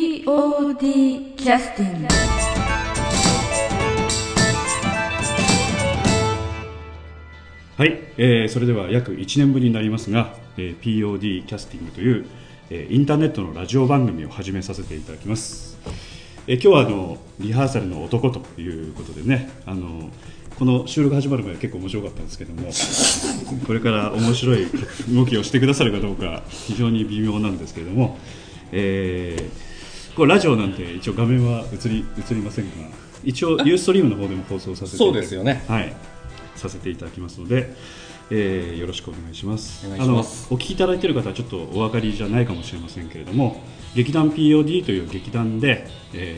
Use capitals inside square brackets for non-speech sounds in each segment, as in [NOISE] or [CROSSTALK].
POD キャスティングはい、えーそれでは約1年ぶりになりますが、えー POD キャスティングという、えーインターネットのラジオ番組を始めさせていただきます、えー今日はあのリハーサルの男ということでねあのこの収録始まる前結構面白かったんですけど [LAUGHS] もこれから面白い動きをしてくださるかどうか非常に微妙なんですけれども、えーこれラジオなんて一応画面は映り映りませんが一応ユーストリームの方でも放送させていただそうですよねはい、させていただきますので、えーよろしくお願いしますお願いしますあのお聞きいただいている方はちょっとお分かりじゃないかもしれませんけれども劇団 POD という劇団で、え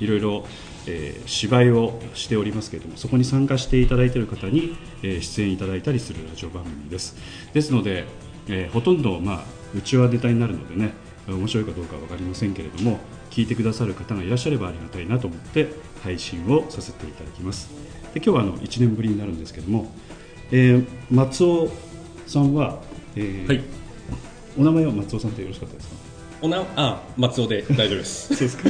ーいろいろ、えー芝居をしておりますけれどもそこに参加していただいている方に、えー出演いただいたりするラジオ番組ですですので、えーほとんど、まあ、うちはネタになるのでね面白いかどうかは分かりませんけれども聞いてくださる方がいらっしゃればありがたいなと思って配信をさせていただきますで今日はあの1年ぶりになるんですけども、えー松尾さんは、えーはいお名前は松尾さんってよろしかったですかおなあ松尾で大丈夫です [LAUGHS] そうですか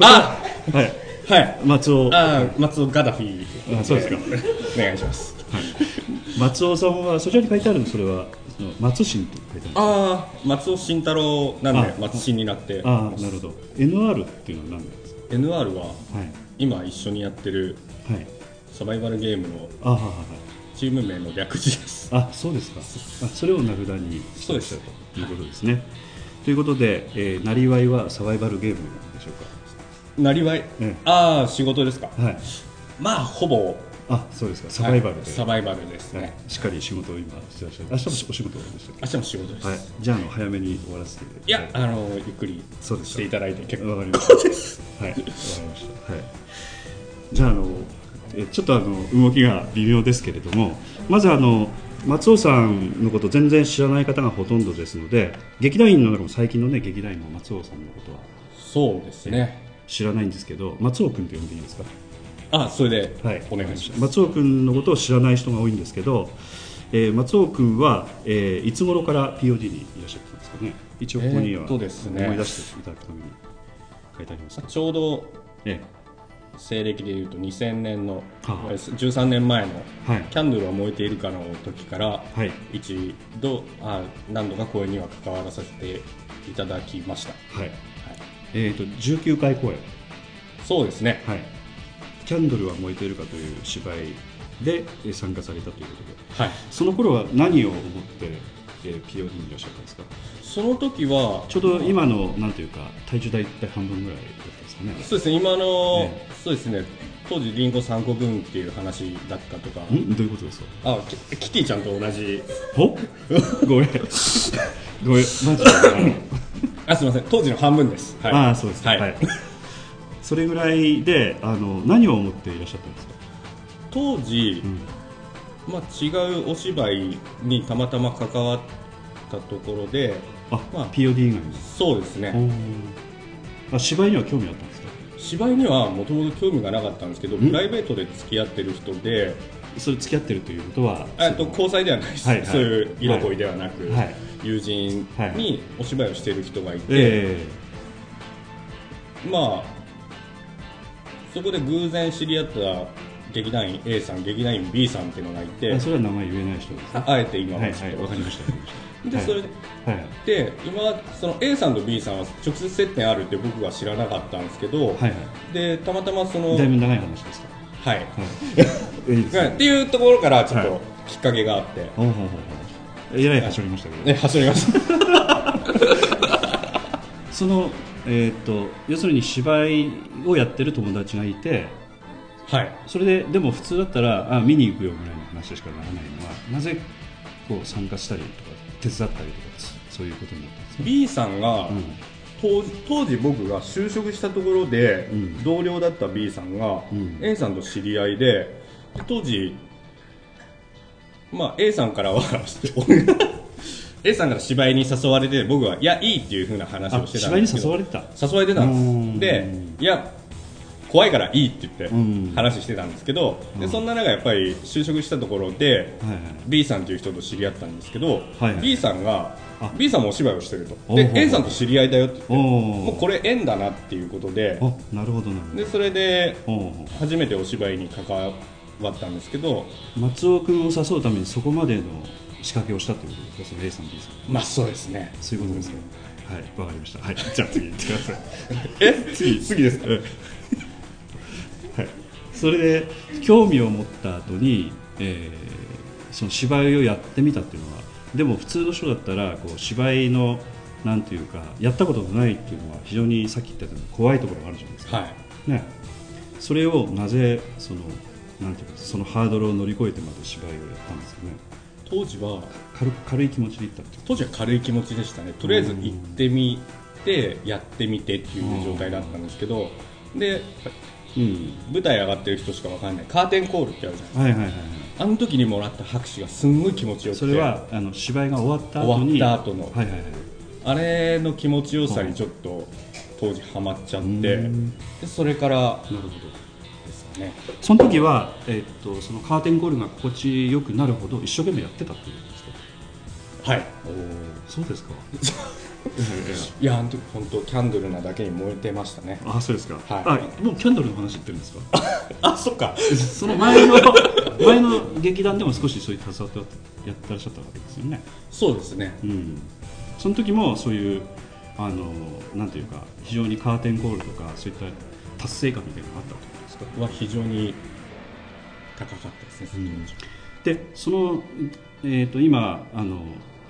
あはいはい松尾あ松尾ガダフィあそうですか [LAUGHS] お願いします松尾さんはそちらに書いてあるのそれはその松新って書いてあるああ松尾慎太郎なんであ松新になってああなるほど NR っていうのは何なんですか NR ははい今一緒にやってるはいサバイバルゲームのあはいはいはいチーム名の略字ですあそうですかあそれを名札にしてらっしゃるということですねということで、えー、なりわいはサバイバルゲームなんでしょうなりわい、ええああ仕事ですかかはいまあほぼあそうですかサバイバルで、はいサバイバルですはね、いしっかり仕事を今してらっしゃる明日もお仕事でしたっ明日も仕事です、けはいじゃああの早めに終わらせていただきいやあのゆっくりそうですしていただいて結構わかりま [LAUGHS] したですはい、わかりました。はい。じゃあ、あの、え、ちょっと、あの、動きが微妙ですけれども、まず、あの。松尾さんのこと全然知らない方がほとんどですので劇団員の中も最近のね劇団員の松尾さんのことはそうですね知らないんですけど松尾君って呼んでいいですかあそれではい、お願いします、松尾君のことを知らない人が多いんですけど、えー松尾君は、えーいつ頃から POD にいらっしゃったんですかね一応ここにはえーっ思とい出ですねしていただくために書いてありますか、ちょうどえ西暦でいうと2000年のはあ13年前のえはい「キャンドルは燃えているか」の時からはい一度あ何度か公演には関わらせていただきました、はいえー、と19回公演、そうですねはい「キャンドルは燃えているか」という芝居でえー参加されたということではいその頃は何を思って、えー POD にいらっしゃったんですかその時はちょうど今のなんていうか体重大体半分ぐらいだったんですかねそうですね今の、ねそうですね当時りんご3個分っていう話だったとかんどういうことですかあキキティちゃんと同じお [LAUGHS] ごめんごめんマジであすいません当時の半分です、はい、ああそうですかはいそれぐらいであの何を思っていらっしゃったんですか、当時、んまあ、違うお芝居にたまたま関わったところであ、まあ POD 以外にそうですね、おーあ芝居には興味あったんですか芝居にはもともと興味がなかったんですけどんプライベートで付き合ってる人で、それ付き合ってるということはえっそと、の交際ではないです、はいはいそういう色恋ではなく、はい友人にお芝居をしている人がいて、えまあそこで偶然知り合った劇団員 A さん劇団員 B さんっていうのがいえてあそれは名前言えない人ですねああえて今はいもちはょっいとわかりましたわかりでましたそれはいはいで今その A さんと B さんは直接接点あるって僕は知らなかったんですけど、はいはでたまたまそのいだいぶ長い話ですかはい [LAUGHS] はいいいですがっねていうところからちょっはときっかけがあって、おおえらい端折りましたけどね走り [LAUGHS] ましたそのえーっと要するに芝居をやってる友達がいてはいそれででも普通だったらあ見に行くよぐらいの話しかならないのはなぜこう参加したりとか手伝ったりとかそういうことになったんですか B さんが、うん当時当時僕が就職したところで、うん同僚だった B さんが、うん A さんと知り合いでで当時、まあ、A さんからは [LAUGHS] A さんから芝居に誘われて僕はいやいいっていうふうな話をあしてたん芝居でにすけ誘どわれてた誘われてたうんんですでいや怖いからいいって言うっんて話してたんですけど、うでんそんな中やっぱり就職したところで、はいはい B さんという人と知り合ったんですけど、はいはい B さんがあ B さんもお芝居をしてるとおうでほう A さんと知り合いだよって言っておうもうこれ縁だなっていうことであなるほどなるほどでそれでおう初めてお芝居に関わったんですけど松尾君を誘うためにそこまでの仕掛けをしたということですかその A さん B さんまあそうですねそういうことですねはいわかりましたはいじゃあ次行ってくださいえ次次ですかうん [LAUGHS] はい、それで興味を持った後に、えーその芝居をやってみたっていうのはでも普通の人だったらこう芝居のなんていうかやったことがないっていうのは非常にさっき言ったように怖いところがあるじゃないですか、はいね、それをなぜそのなんていうかそのハードルを乗り越えてまで芝居をやったんですよね当時は軽く軽い気持ちでいったっていう当時は軽い気持ちでしたねとりあえず行ってみてやってみてっていう状態だったんですけどでうん舞台上がってる人しかわかんないカーテンコールってあるじゃないはいはいはいはあの時にもらった拍手がすんごい気持ちよいくそてれはあの芝居が終わった後に終わった後のはいはいはいあれの気持ちよさにちょっと当時ハマっちゃってでうんそれからなるほどですかねその時は、えっとそのカーテンコールが心地よくなるほど一生懸命やってたっていうことですかはいおそうです [LAUGHS] かいやあの時本当キャンドルなだけに燃えてましたねあそうですか、はあもうキャンドルの話言ってるんですか [LAUGHS] あそっかその前の前の劇団でも少しそういう携わってやってらっしゃったわけですよねそうですねうんその時もそういうあのなんていうか非常にカーテンコールとかそういった達成感みたいなのがあったってことですかは非常に高かったですね、うんでその、えー、と今あの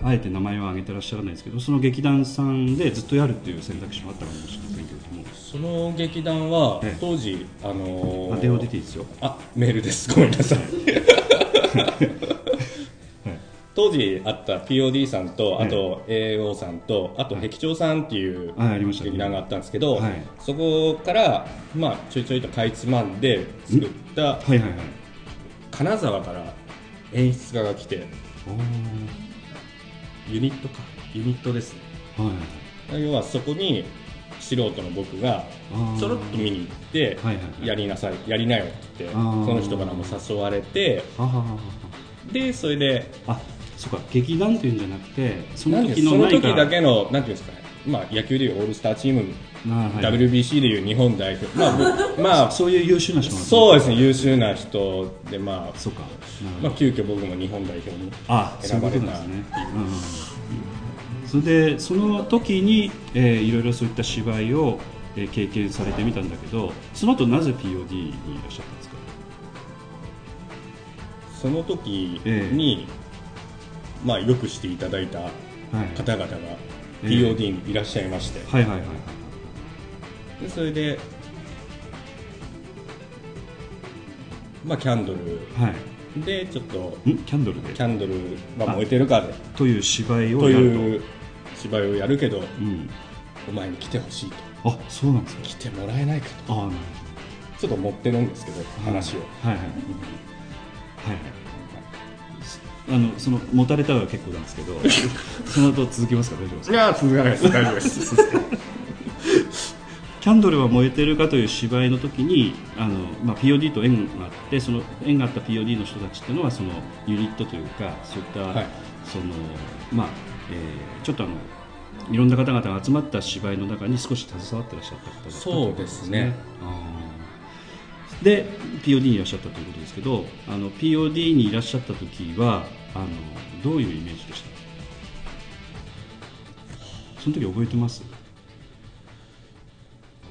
あえて名前は挙げてらっしゃらないですけどその劇団さんでずっとやるっていう選択肢もあったかもしれませんけれども、その劇団はええ当時あのーあ電話出ていいですよあメールですごめんなさい当時あった POD さんとあと AO さんとあとはい壁長さんっていうはいありましたね劇団があったんですけど、はいそこから、まあ、ちょいちょいとかいつまんで作ったはいはいはい金沢から演出家が来ておーユニットかユニットですねはいはい要はそこに素人の僕があーちょろっと見に行ってはいはいはいやりなさいやりなよって言ってあそーの人からも誘われてあはでそれでああそうか劇団というんじゃなくてそのなんで時そのの何時かだけのなんていうんですかねまあ野球でいうオールスターチームなはい WBC でいう日本代表まあ [LAUGHS] 僕まあそういう優秀な人なんそうですねね優秀な人でまあそうかなるほどまあ急遽僕も日本代表にあそうい選うばこれとたなんですね、うん、それでその時に、えーいろいろそういった芝居を、えー経験されてみたんだけどその後なぜ POD にいらっしゃったんですかその時にまあよくしていただいたはい方々がええ POD にいらっしゃいましてはいはいはいでそれで、まあ、キャンドルはいでちょっとんキャンドルでキャンドルは燃えてるかでという芝居をとやるという芝居をやるけどうん、お前に来てほしいとあそうなんですか来てもらえないかとああなるちょっと持ってるんですけどほど話を、はいはいはいはいあのその持たれたは結構なんですけ [LAUGHS] どその後続きますか大丈夫ですかや続かないです大丈夫ですキャンドルは燃えてるかという芝居の時にあの、まあ、POD と縁があってその縁があった POD の人たちっていうのはそのユニットというかそういった、はいそのまあえーちょっとあのいろんな方々が集まった芝居の中に少し携わってらっしゃった方だった [LAUGHS] そうですとねいうことですね。あーで POD にいらっしゃったということですけどあの POD にいらっしゃった時はあのどういうイメージでしたその時覚えてます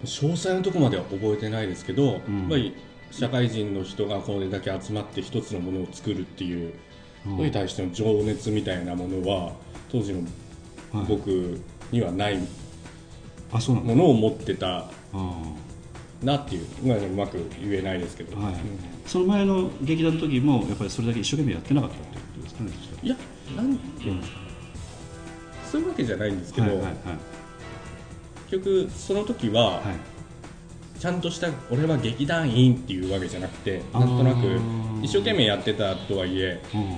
詳細のとこまでは覚えてないですけど、んやっぱり社会人の人がこれだけ集まって一つのものを作るっていううんのに対しての情熱みたいなものは当時のはい僕にはないあそうなんだものを持ってたあなっていうごめんなさいうまく言えないですけど、ーはいうんその前の劇団の時もやっぱりそれだけ一生懸命やってなかったってことですかねいやなんていうんですかね、そういうわけじゃないんですけど、はいはいはい結局その時は、はいちゃんとした俺は劇団員っていうわけじゃなくてなんとなあくー一生懸命やってたとはいえうんうん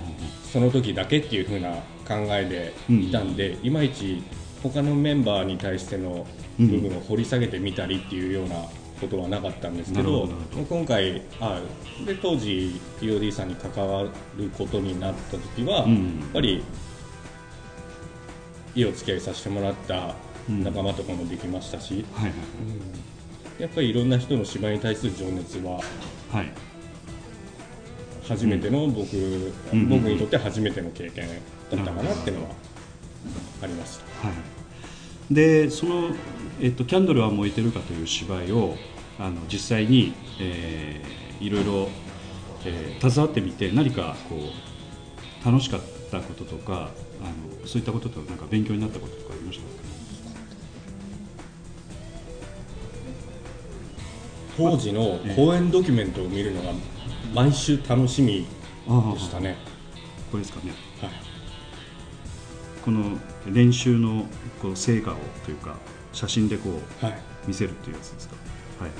その時だけっていう風な考えでいたんで、いまいち他のメンバーに対してのう部ん分を掘り下げてみたりっていうようなことはなかったんですけなるど,、ほどなるほ今回あで当時 POD さんに関わることになった時は、うんやっぱりいいお付き合いさせてもらった仲間とかもできましたし、はいやっぱりいろんな人の芝居に対する情熱ははいはい初めての僕、ん僕にとって初めての経験だったかなっていうのはありました。はい、でその、えっと「キャンドルは燃えてるか」という芝居をあの実際に、えーいろいろ、えー携わってみて何かこう楽しかったこととかあのそういったこととかなんか勉強になったこととかありましたか当時の公演ドキュメントを見るのが毎週楽しみあでしたね。これですかねはい、この練習のこう成果をというか写真でこうはい、見せるというやつですかはい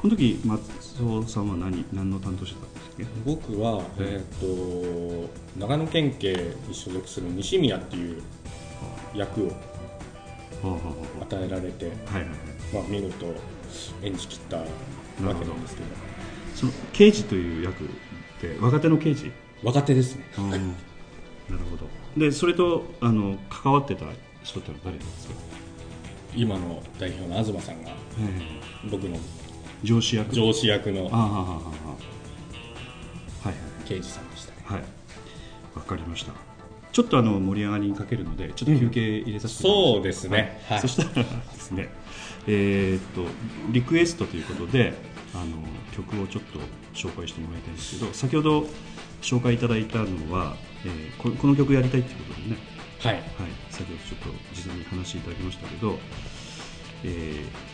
この時松尾さんは何何の担当してたんですっけ僕は、えーっと長野県警に所属する西宮っていう役をはあはあは与えられて、あはいはいはいまあ、見事演じきったわけなんですけどその刑事という役って若手の刑事若手ですねなるほどでそれとあの関わってた人ってのは誰なんですか、今の代表の東さんが僕の上司役上司役のああああああはい刑事さんでしたねはいはいわかりましたちょっとあの盛り上がりにかけるのでちょっと休憩入れさせていただきます、そうですね、はいそしたらですね、えーっとリクエストということであの曲をちょっと紹介してもらいたいんですけど先ほど紹介いただいたのは、えーここの曲やりたいってことでね、はいはい、先ほどちょっと事前に話いただきましたけど、えー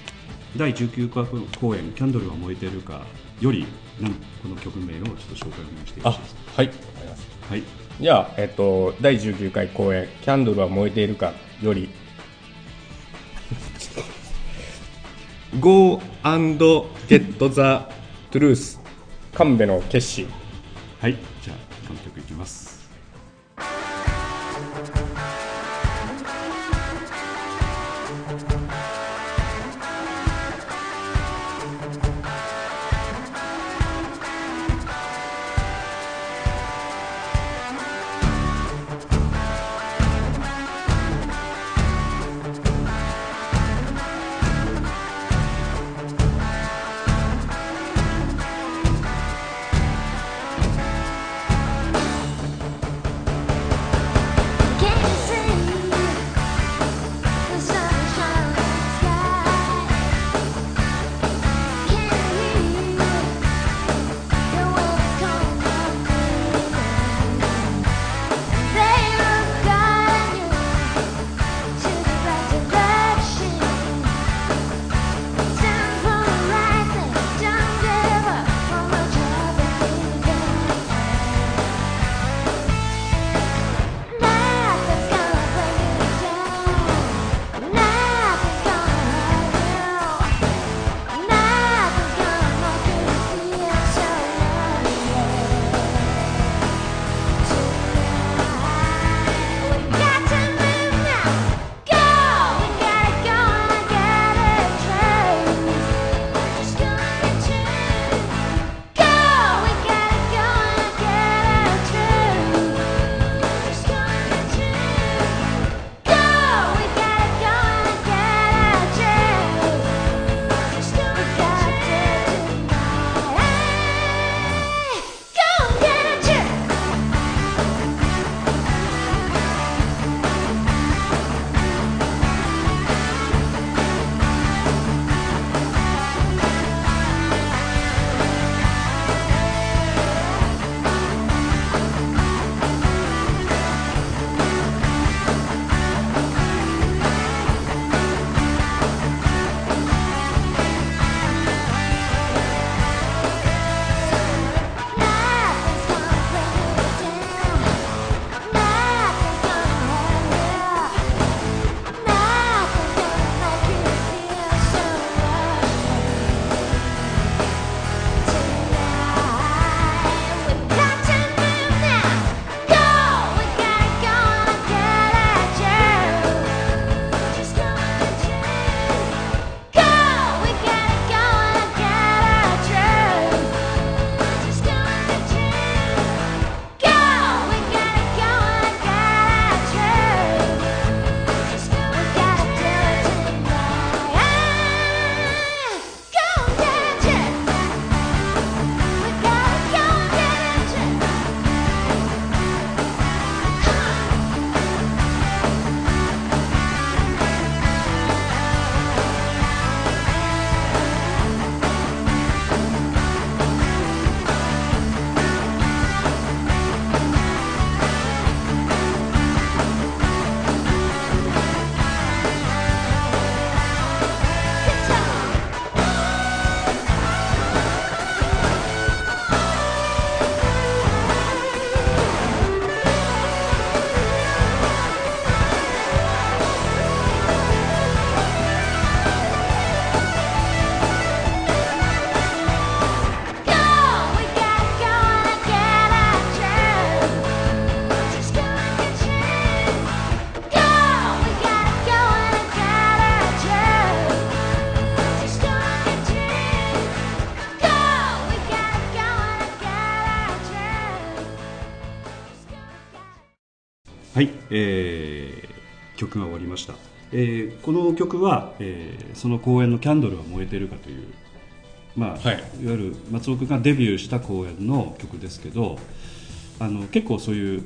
第19回公演「キャンドルは燃えてるか」よりなんこの曲名をちょっと紹介お願いしていいあではいすかわかりますはいじゃあ、えっと、第19回公演「キャンドルは燃えているか」より [LAUGHS] Go and get the truth 神戸の決心はい、じゃあこの曲いきます「はい、えー曲が終わりました、えーこの曲は、えーその公演の「キャンドルは燃えてるか」という、まあはいい、わゆる松尾君がデビューした公演の曲ですけどあの結構そういう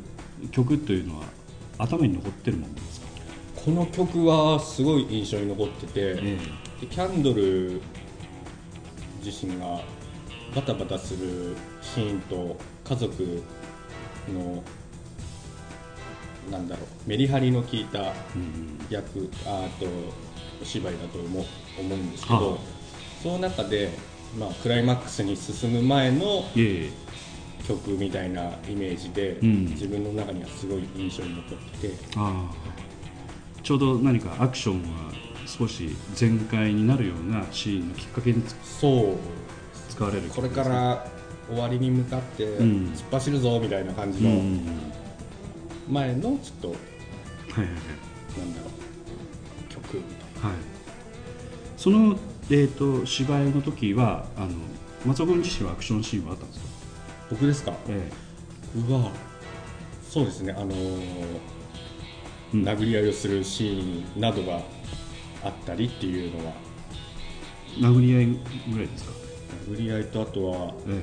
曲というのは頭に残ってるもんですか、この曲はすごい印象に残ってて、えでキャンドル自身がバタバタするシーンと家族のなんだろうメリハリの効いたうん役あーとお芝居だと思う思うんですけはどいその中で、まあ、クライマックスに進む前のいえいえ曲みたいなイメージで、うん自分の中にはすごい印象に残っててあーちょうど何かアクションは少し全開になるようなシーンのきっかけにそう使われる曲これですねから終わりに向かってん突っ走るぞみたいな感じうんうのんうん前のちょっとはいはいはいなんだろう曲みたいはい、その、えー、と芝居の時はあの松尾君自身はアクションシーンはあったんですか、な僕ですかえうわそうですねあのーうん殴り合いをするシーンなどがあったりっていうのはえ殴り合いぐらいですか、殴り合いとあとはえ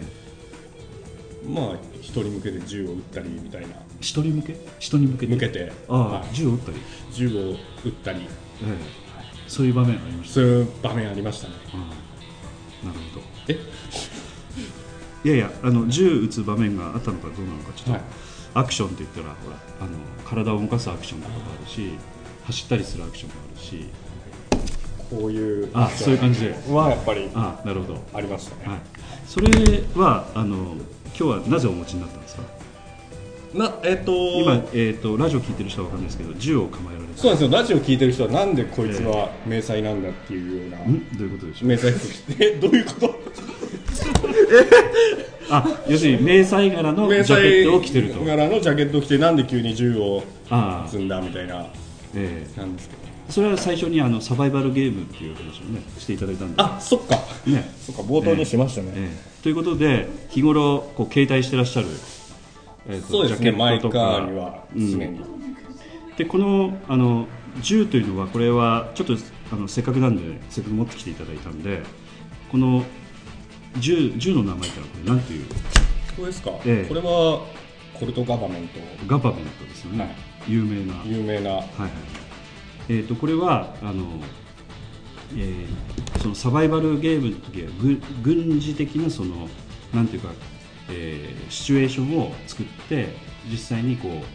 えまあ人に向けて銃を撃ったりみたいな一人向け人に向けて向けてああ、はい銃を撃ったり、銃を撃ったりええそういう場面ありましそういう場面ありましたねた、うんなるほどえ [LAUGHS] いやいやあの銃撃つ場面があったのかどうなのかちょっと、はいアクションといったらほらあの体を動かすアクションとかもあるし走ったりするアクションもあるしこういうあそういう感じではやっぱりああなるほどありましたね、はい、それはあの今日はなぜお持ちになったんですかなえっ、と今、えー、とラジオ聞いてる人は分かんないですけど銃を構えられてそうなんですよラジオ聞いてる人はなんでこいつは迷彩なんだっていうような、んどういうことでしょう迷彩服着て [LAUGHS] えどういうことあ要するに迷彩柄のジ迷ャケ彩ットを着てると柄のジャケットを着てなんで急に銃をああ撃つんだみたいなええなんですけどそれは最初にあのサバイバルゲームっていう話をねしていただいたんであそっかねそっか冒頭にしましたね、ええということで日頃こう携帯してらっしゃる、えーとそうですジねャケマッイカトとかーには常に、うんでこのあの銃というのはこれはちょっとあのせっかくなんで、せっかく持ってきていただいたんでこの銃銃の名前ってのはこれなんていうこれですか、ええこれはコルトガバメントガバメントですよね、はい有名な、はい有名なはいえー、とこれはあの、えーそのサバイバルゲームの時は軍軍事的なそのなんていうか、えーシチュエーションを作って実際にこう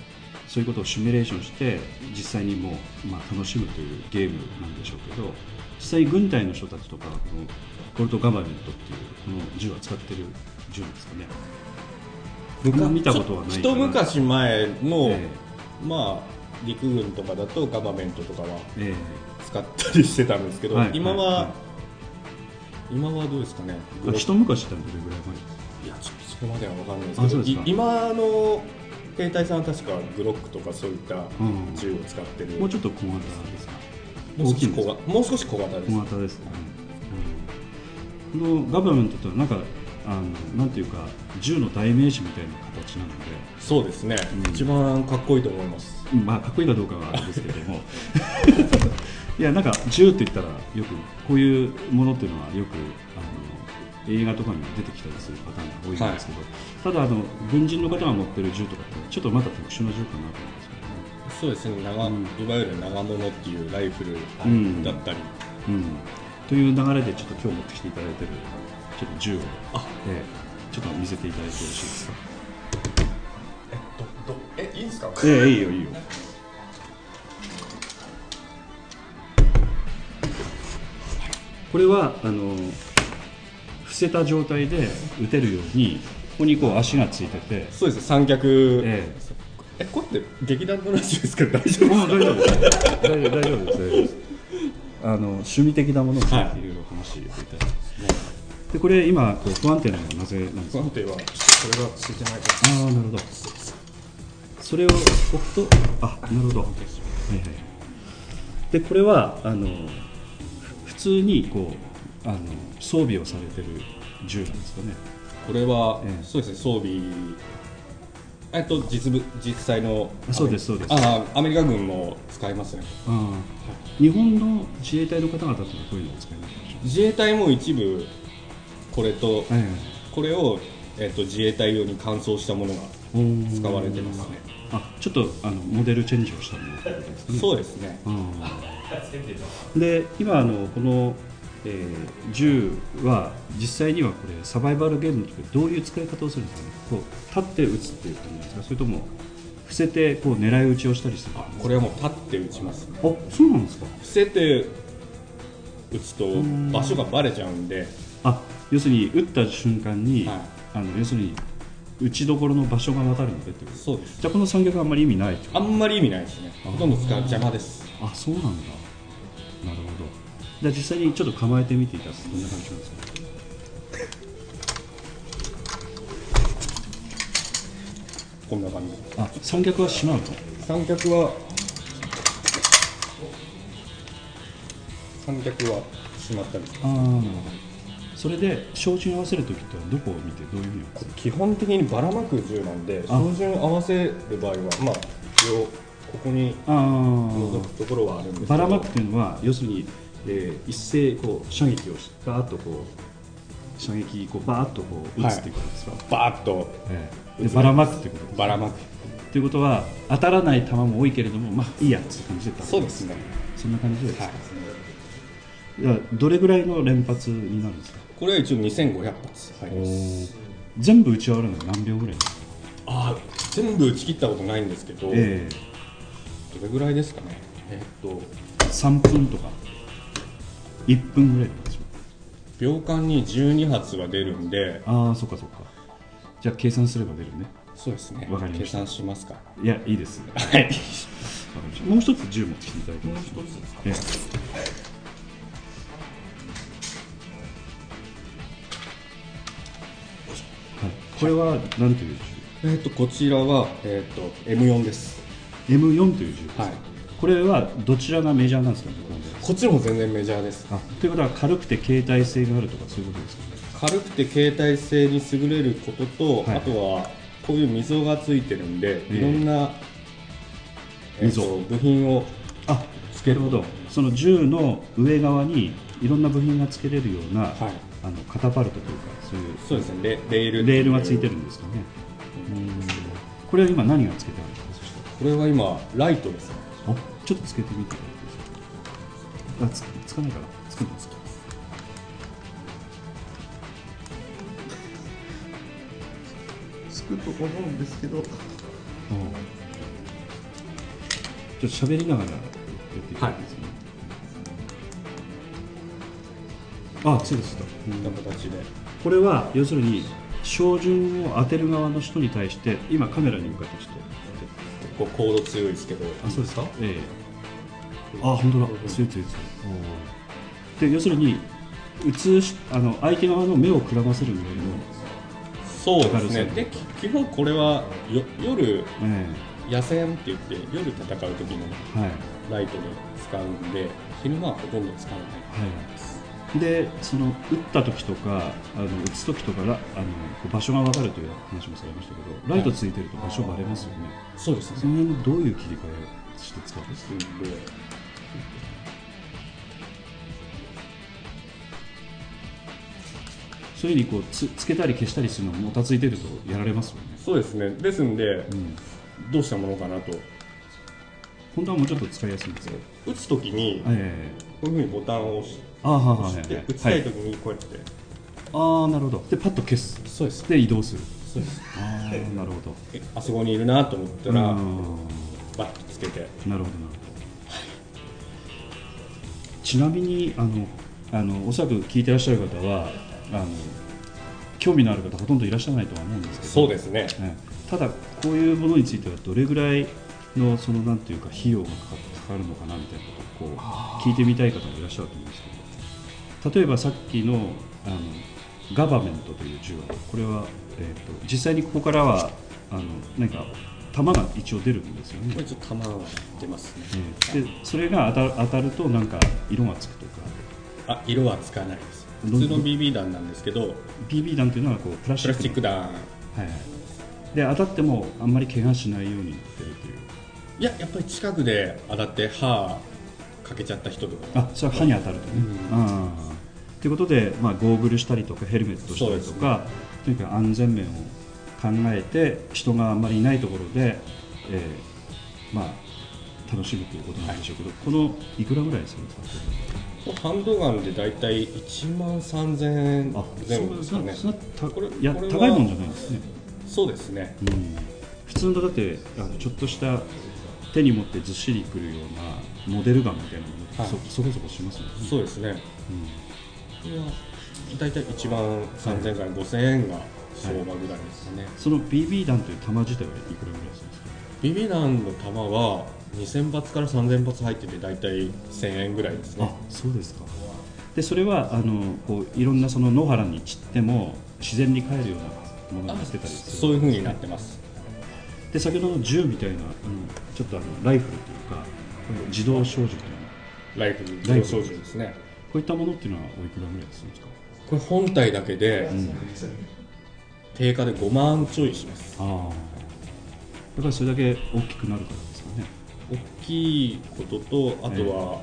そういうことをシミュレーションして実際にもう、まあ、楽しむというゲームなんでしょうけど実際に軍隊の人たちとかはこのコルトガバメントっていうこの銃は使ってる銃なんですかね。あんま見たことはないかなちょ一昔前の、えまあ陸軍とかだとガバメントとかはええ使ったりしてたんですけえど、はい今は、いい今はどうですかねあ一昔ってのはどれぐらい前ですかいやちょっとそこまでは分かんないですあけそうどですかい今の兵隊さんは確かグロックとかそういったん銃を使ってる、もうちょっと小型ですかもう少し小です型もう少し小型です、小型ですね、うんこのガバメントというのはなんかあのなんていうか銃の代名詞みたいな形なのでそうですね、うん一番かっこいいと思いますまあかっこいいかどうかはあれですけれどもいやなんか銃って言ったらよくこういうものっていうのはよくあの映画とかにも出てきたりするパターンが多いんですけど、ただあの軍人の方が持ってる銃とかってちょっとまた特殊な銃かなと思うんですけどねそうですね長、うんいわゆる長物っていうライフルんだったり、うん、という流れでちょっと今日持ってきていただいてるちょっと銃を、ええちょっと見せていただいてよろしいですかえいいんですかええいいよいいよこれはあの伏せた状態で撃てるようにここにこう足がついてて、そうです三脚ええこれって劇団のラジオですけど大丈え、も夫う [LAUGHS] 大丈夫です大丈夫大丈夫です大丈夫ですあの趣味的なものをっていうお話をいただいて、でこれ今こう不安定なのはなぜなんですか不安定はこれがついてないかああなるほどそれを置くとあなるほどはいはいでこれはあのふ普通にこうあの装備をされてる銃なんですかねらこれは、ええそうですね装備えっと実部実際のあそうですそうですああアメリカ軍も使いますねああ日本の自衛隊の方々ってこういうのを使いまし自衛隊も一部これとたはいはいこれを、えっと、自衛隊用に乾燥したものがおー使われてますねあちょっとあのモデルチェンジをしたものってことですかねそうですねうんで今あのこの、えー銃は実際にはこれサバイバルゲームの時どういう使い方をするんですかねこう立って撃つっていう感じですかそれとも伏せてこう狙い撃ちをしたりするこれはもう立って撃ちますねあそうなんですか伏せて撃つとん場所がバレちゃうんであ要するに撃った瞬間に、はいあの要するに撃ちどころの場所が分かるのでってことそうですじゃあこの三脚はあんまり意味ないってことあんまり意味ないですねほとんど使う邪魔ですあそうなんだなるほどじゃあ実際にちょっと構えてみていただくとどんな感じなんですかこんな感じあ三脚はしまうと三脚は三脚はしまったりああなるほどそれで照準合わせる時ってのはどこを見てどういうふうに合わせる基本的にばらまく銃なんであ照準合わせる場合はまあ一応ここに覗くあところはあるんですけあどばらまくっていうのは要するに、えー一斉こう射撃をしバーッとこう射撃こうバーッとこう打つっていうことですか、バーッとええでばらまくってことですばらまくということは当たらない球も多いけれどもまあいいやっていう感じでそうですねそんな感じでですか、はいいやどれぐらいの連発になるんですかこれは一応2500発入ります全部打ち終わるのは何秒ぐらいですかああ全部打ち切ったことないんですけど、えどれぐらいですかねえっとえ3分とか1分ぐらいとかでしょ秒間に12発は出るんでああそっかそっかじゃあ計算すれば出るねそうですねわかりました計算しますかいやいいですはいわかりましたもう一つ銃持ってきていただいてもう一つですか、ええはい、これは何というえっとこちらは、えっと M4 です銃 M4 という銃ですか、はいこれはどちらがメジャーなんですかねこっちも全然メジャーですあということは軽くて携帯性があるとかそういうことですかね軽くて携帯性に優れることと、はいあとはこういう溝がついてるんで、ええいろんな、えっと溝部品をあつなけるるほどその銃の上側にいろんな部品がつけれるような、はいあのカタパルトというかそういうそうですねレレールレールがついてるんですかね。これは今何がつけてあるんですか。そしたこれは今ライトですねらちょっとつけてみてください。あ、つつかないかな。つくんですか。つくと思うんですけどうんちょっと喋りながらやっていただいていいですね。あ、ついたついた。こんな形でこれは要するに照準を当てる側の人に対して今カメラに向かってちょっと。結構高度強いですけどあそうですか。ええあ本当だ。強い強い強い。で要するに映しあの相手側の目をくらませるぐらいの、そうですね明るさでき基本これはよ夜え野戦って言って夜戦う時のえはいはライトで使うんで昼間はほとんど使わないい。でその打った時とかあの打つ時とからあのこう場所が分かるという話もされましたけどライトついてると場所バレますよね。そうですねその辺どういう切り替えして使うんですか。そういうふうにこうつつけたり消したりするのももたついてるとやられますよね。そうですねですんで、うん。どうしたものかなと本当はもうちょっと使いやすいんですよ。打つときにこええういうふうにボタンを押しああはは押はしてい打ちたいときにこうやって、ああなるほどでパッと消すそうですで移動するそうですああなるほどえあそこにいるなと思ったらうバんッとつけてなるほどなるほどちなみにあのあのおそらく聞いてらっしゃる方はあの興味のある方ほとんどいらっしゃらないとは思うんですけどそうですねええただこういうものについてはどれぐらいのそのなんていうか費用がかかかかるのかなみたいなことをこう聞いてみたい方もいらっしゃると思うんですけど例えばさっきのあのガバメントという銃はこれは、えー、と実際にここからはあのなんか弾が一応出るんですよねこれ、ちょっと弾が出ますねええでそれが当た当たるとなんか色がつくとかあ色は使わないですど普ん通の BB 弾なんですけど BB 弾というのはこうプラスプチッラクスチック弾はいはいで当たってもあんまり怪我しないようにやってるといういややっぱり近くで当たって歯かけちゃった人とかあそれは歯に当たるとね。ううんということで、まあ、ゴーグルしたりとかヘルメットしたりとか、とにかく安全面を考えて人があんまりいないところで、えーまあ、楽しむということなんでしょうけど、このいくらぐらいするんですかハンドガンで大体1万3000円あ前後ですそかんなねそんなたこれいやこれは高いもんじゃないですね、そうですねうん、普通のだってあのちょっとした手に持ってずっしりくるようなモデルガンみたいなものって、はいそそこそこしますもんねそうですねうんこれは大体1万3000円から5000円が相場ぐらいですかね、その BB 弾という弾自体はいくらぐらいするんですかビビランの弾は2000発から3000発入ってて大体1000円ぐらいですねあそうですかでそれはあのこういろんなその野原に散っても自然に帰るようなものになってたりするそういう風になってますで先ほどの銃みたいな、ちょっとあのライフルというかこういう自動小銃というのライフルライ自フ動ル小銃ですねこういったものっていうのはおいくらぐらいするんですか、これ本体だけでうん、定価で5万ちょいしますああだからそれだけ大きくなるからですかね大きいこととあとは、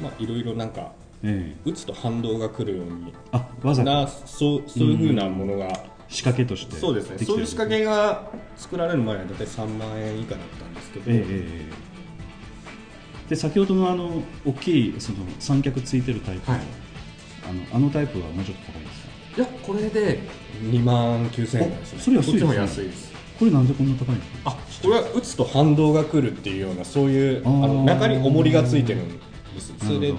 まあいろいろなんかええ打つと反動が来るようあわざとになそうそういう風なものが、仕掛けとしてそうですねきてそうるいう仕掛けが作られる前は大体3万円以下だったんですけど、ええええええで先ほどのあの大きいその三脚ついてるタイプ、はいあのあのタイプはもうちょっと高いですかいやこれで2万9000円ぐらいですねおそれ安いですねこっちも安いですこれなんでこんな高いんですかあこれは打つと反動が来るっていうようなそういうあーあの中に重りがついてるんですそれなるでほ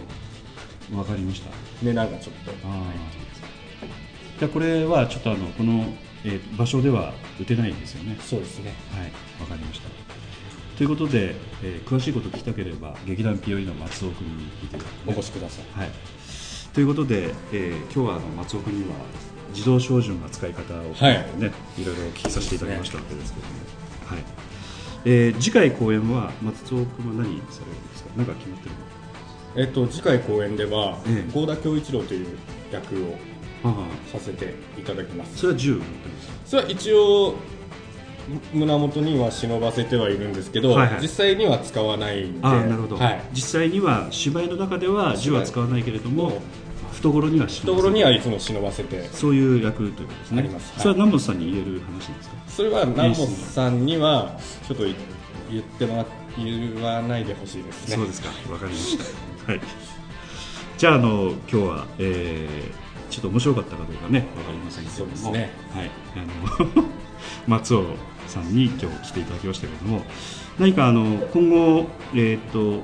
どわかりました値段がちょっとあーじゃあこれはちょっとあのこの、えー場所では打てないんですよねそうですねはいわかりましたということで、えー詳しいこと聞きたければ劇団 POE の松尾君に聞いてくださいお越しくださいはい、ということで、えー今日はあの松尾君には自動照準の扱い方を、ねはいい、ろいろお聞きさせていただきましたわけですけども、はいえー次回公演は松尾君は何されるんですか何か決まってるえっと次回公演ではええ郷田恭一郎という役をのあさせていただきますそれは銃を持ってるんですかそれは一応む胸元には忍ばせてはいるんですけど、はいはい実際には使わないんでああなるほど、はい、実際には芝居の中では銃は使わないけれどはもい懐には忍ばせる懐にはいつも忍ばせてそういう役ということですねありますはいそれは南本さんに言える話なんですかそれは南本さんにはちょっと言ってもら言わないでほしいですねそうですか、わかりました。はい。じゃあ、あの、今日は、えーちょっと面白かったかどうかね、わかりませんけれども。そうですねはい、あの、 [LAUGHS] 松尾さんに今日来ていただきましたけれども。何か、あの、今後、えーっ、と。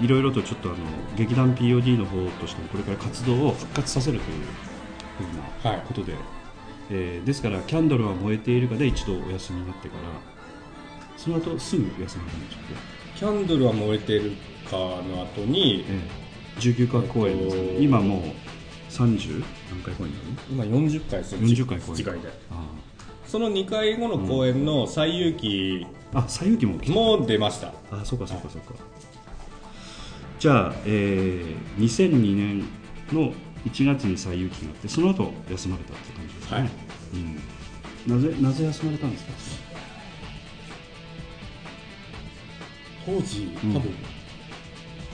いろいろとちょっとあの劇団 POD の方としてもこれから活動を復活させるというふうはいなことで、えーですから「キャンドルは燃えているか」で一度お休みになってからその後すぐお休みになるんでしょうかキャンドルは燃えてるかの後にええ、19回公演ですね、えっと今もう30何回公演なの今40回ですね40回公演次回であその2回後の公演の最有機ああ西遊記も来たも出ました、あそうかそうかそうかじゃあ、えー、2002年の1月に西遊記があってその後休まれたって感じですかね、はいうん、なぜなぜ休まれたんですか当時多うん分、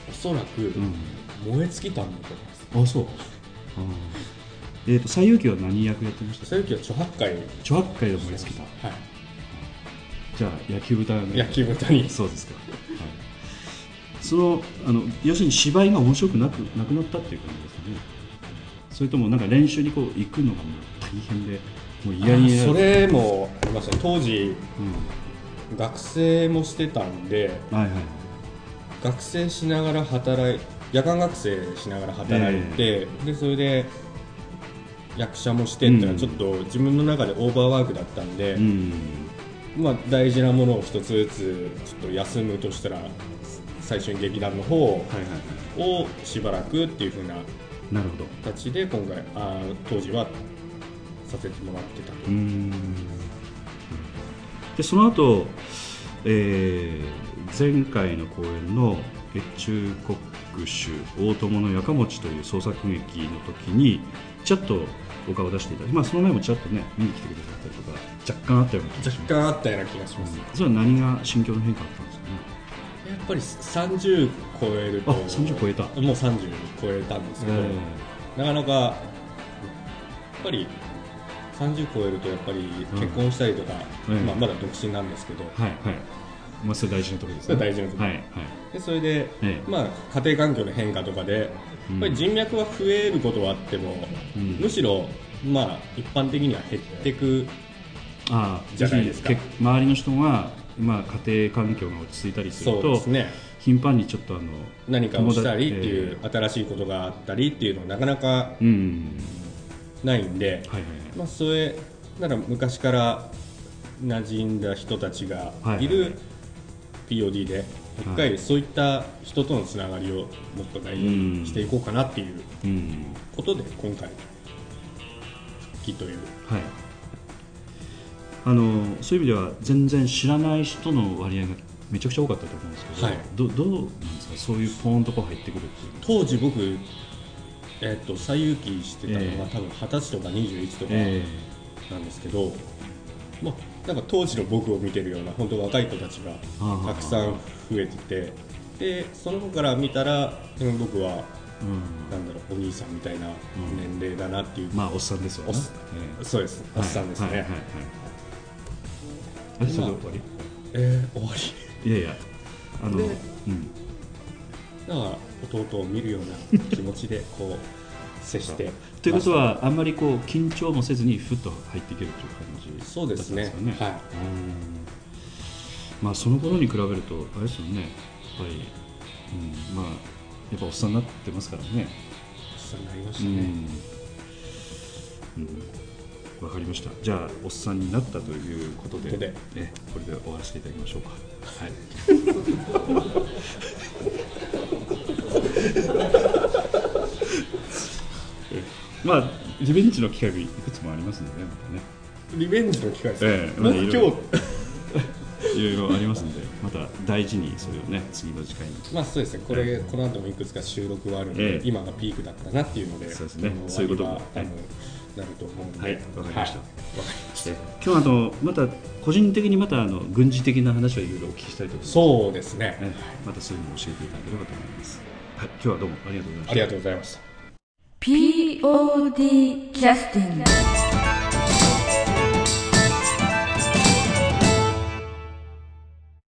おそらく燃え尽きたんだと思います、あそうあーえっ、と西遊記は何役やってました最有機は著白海著白海で燃え尽きたはいじゃあ野球豚がね野球豚にそうですか、はい、そのあの要するに芝居が面白くなくなくなったっていう感じですかねそれともなんか練習にこう行くのがもう大変でもう嫌になるあそれもありましたね当時う学生もしてたんでん、はいはい学生しながら働い夜間学生しながら働いて、でそれで役者もしてってのうはんちょっと自分の中でオーバーワークだったんで、うんまあ、大事なものを一つずつちょっと休むとしたら最初に劇団の方をはいはいはしばらくっていう風ななるほど形で今回あー当時はさせてもらってたうーんでその後、えー前回の公演の、越中国主大友のやかもちという創作劇の時にちょっとお顔を出していただいて、まあ、その前もちょっとね見に来てくださったりとか若干あったような気がし若ます干あったような気がします、やそれは何が心境の変化あったんですかねっぱり30超えるとあ30超えたもう30超えたんですけど、なかなかやっぱり30超えるとやっぱり結婚したりとか、うんまあ、まだ独身なんですけど、はいはいまあそれ大事なところですねそれ大事なところはいはいでそれで、ええまあ、家庭環境の変化とかでうんやっぱり人脈は増えることはあっても、うんむしろ、まあ、一般的には減っていくああじゃないですかぜひけ周りの人が、まあ、家庭環境が落ち着いたりすそるうでとすね頻繁にちょっとあの何かをしたりっていう友、新しいことがあったりっていうのはなかなかうんないんで、はいはいまあ、それなら昔から馴染んだ人たちがはいはいいる POD で、一は回そういった人とのつながりをもっと大事にしていこうかなっていううんことで今回復帰というはいあのそういう意味では全然知らない人の割合がめちゃくちゃ多かったと思うんですけど、はいどどうなんですかそういうポーンとこう入ってくるっていうのは当時僕、えっと最有期してたのがええ多分二十歳とか21とかえなんですけど、まあ、なんか当時の僕を見てるような本当若い子たちがああたくさん増えててでその子から見たらうん僕はえうんなんだろうお兄さんみたいなうん年齢だなっていう、まあおっさんですわおっねさんそうですおっさんですね、はいはいはいはいあれそれで終わえー終わ [LAUGHS] りいやいやあの、うでん、りだから弟を見るような気持ちでこう接してということは、あんまりこう緊張もせずにふっと入っていけるという感じそうですねだったんですかねはいうんまあその頃に比べるとあれですよねやっぱり、うん、まあやっぱおっさんになってますからねおっさんになりましうたね、んうんわかりましたじゃあおっさんになったということでことでえこれで終わらせていただきましょうかは [LAUGHS] い [LAUGHS] えまあリベンジの企画いくつもありますんでねまたねリベンジの機会です、ええまあ僕い今ろいろ [LAUGHS] 日いろいろありますんでまた大事にそれをね次の次回にまあそうですね、これ、この後もいくつか収録はあるので、ええ今がピークだったなっていうので、そうですねのそういうことも終わりはは多分なると思うんで、はいわかりましたはいわかりましたえ今日あのまた個人的にまたあの軍事的な話をいろいろお聞きしたいと思いますそうですね、えまたそういうのを教えていただければと思います。はい、今日はどうもありがとうございましたあり。がとうございました。 POD キャスティング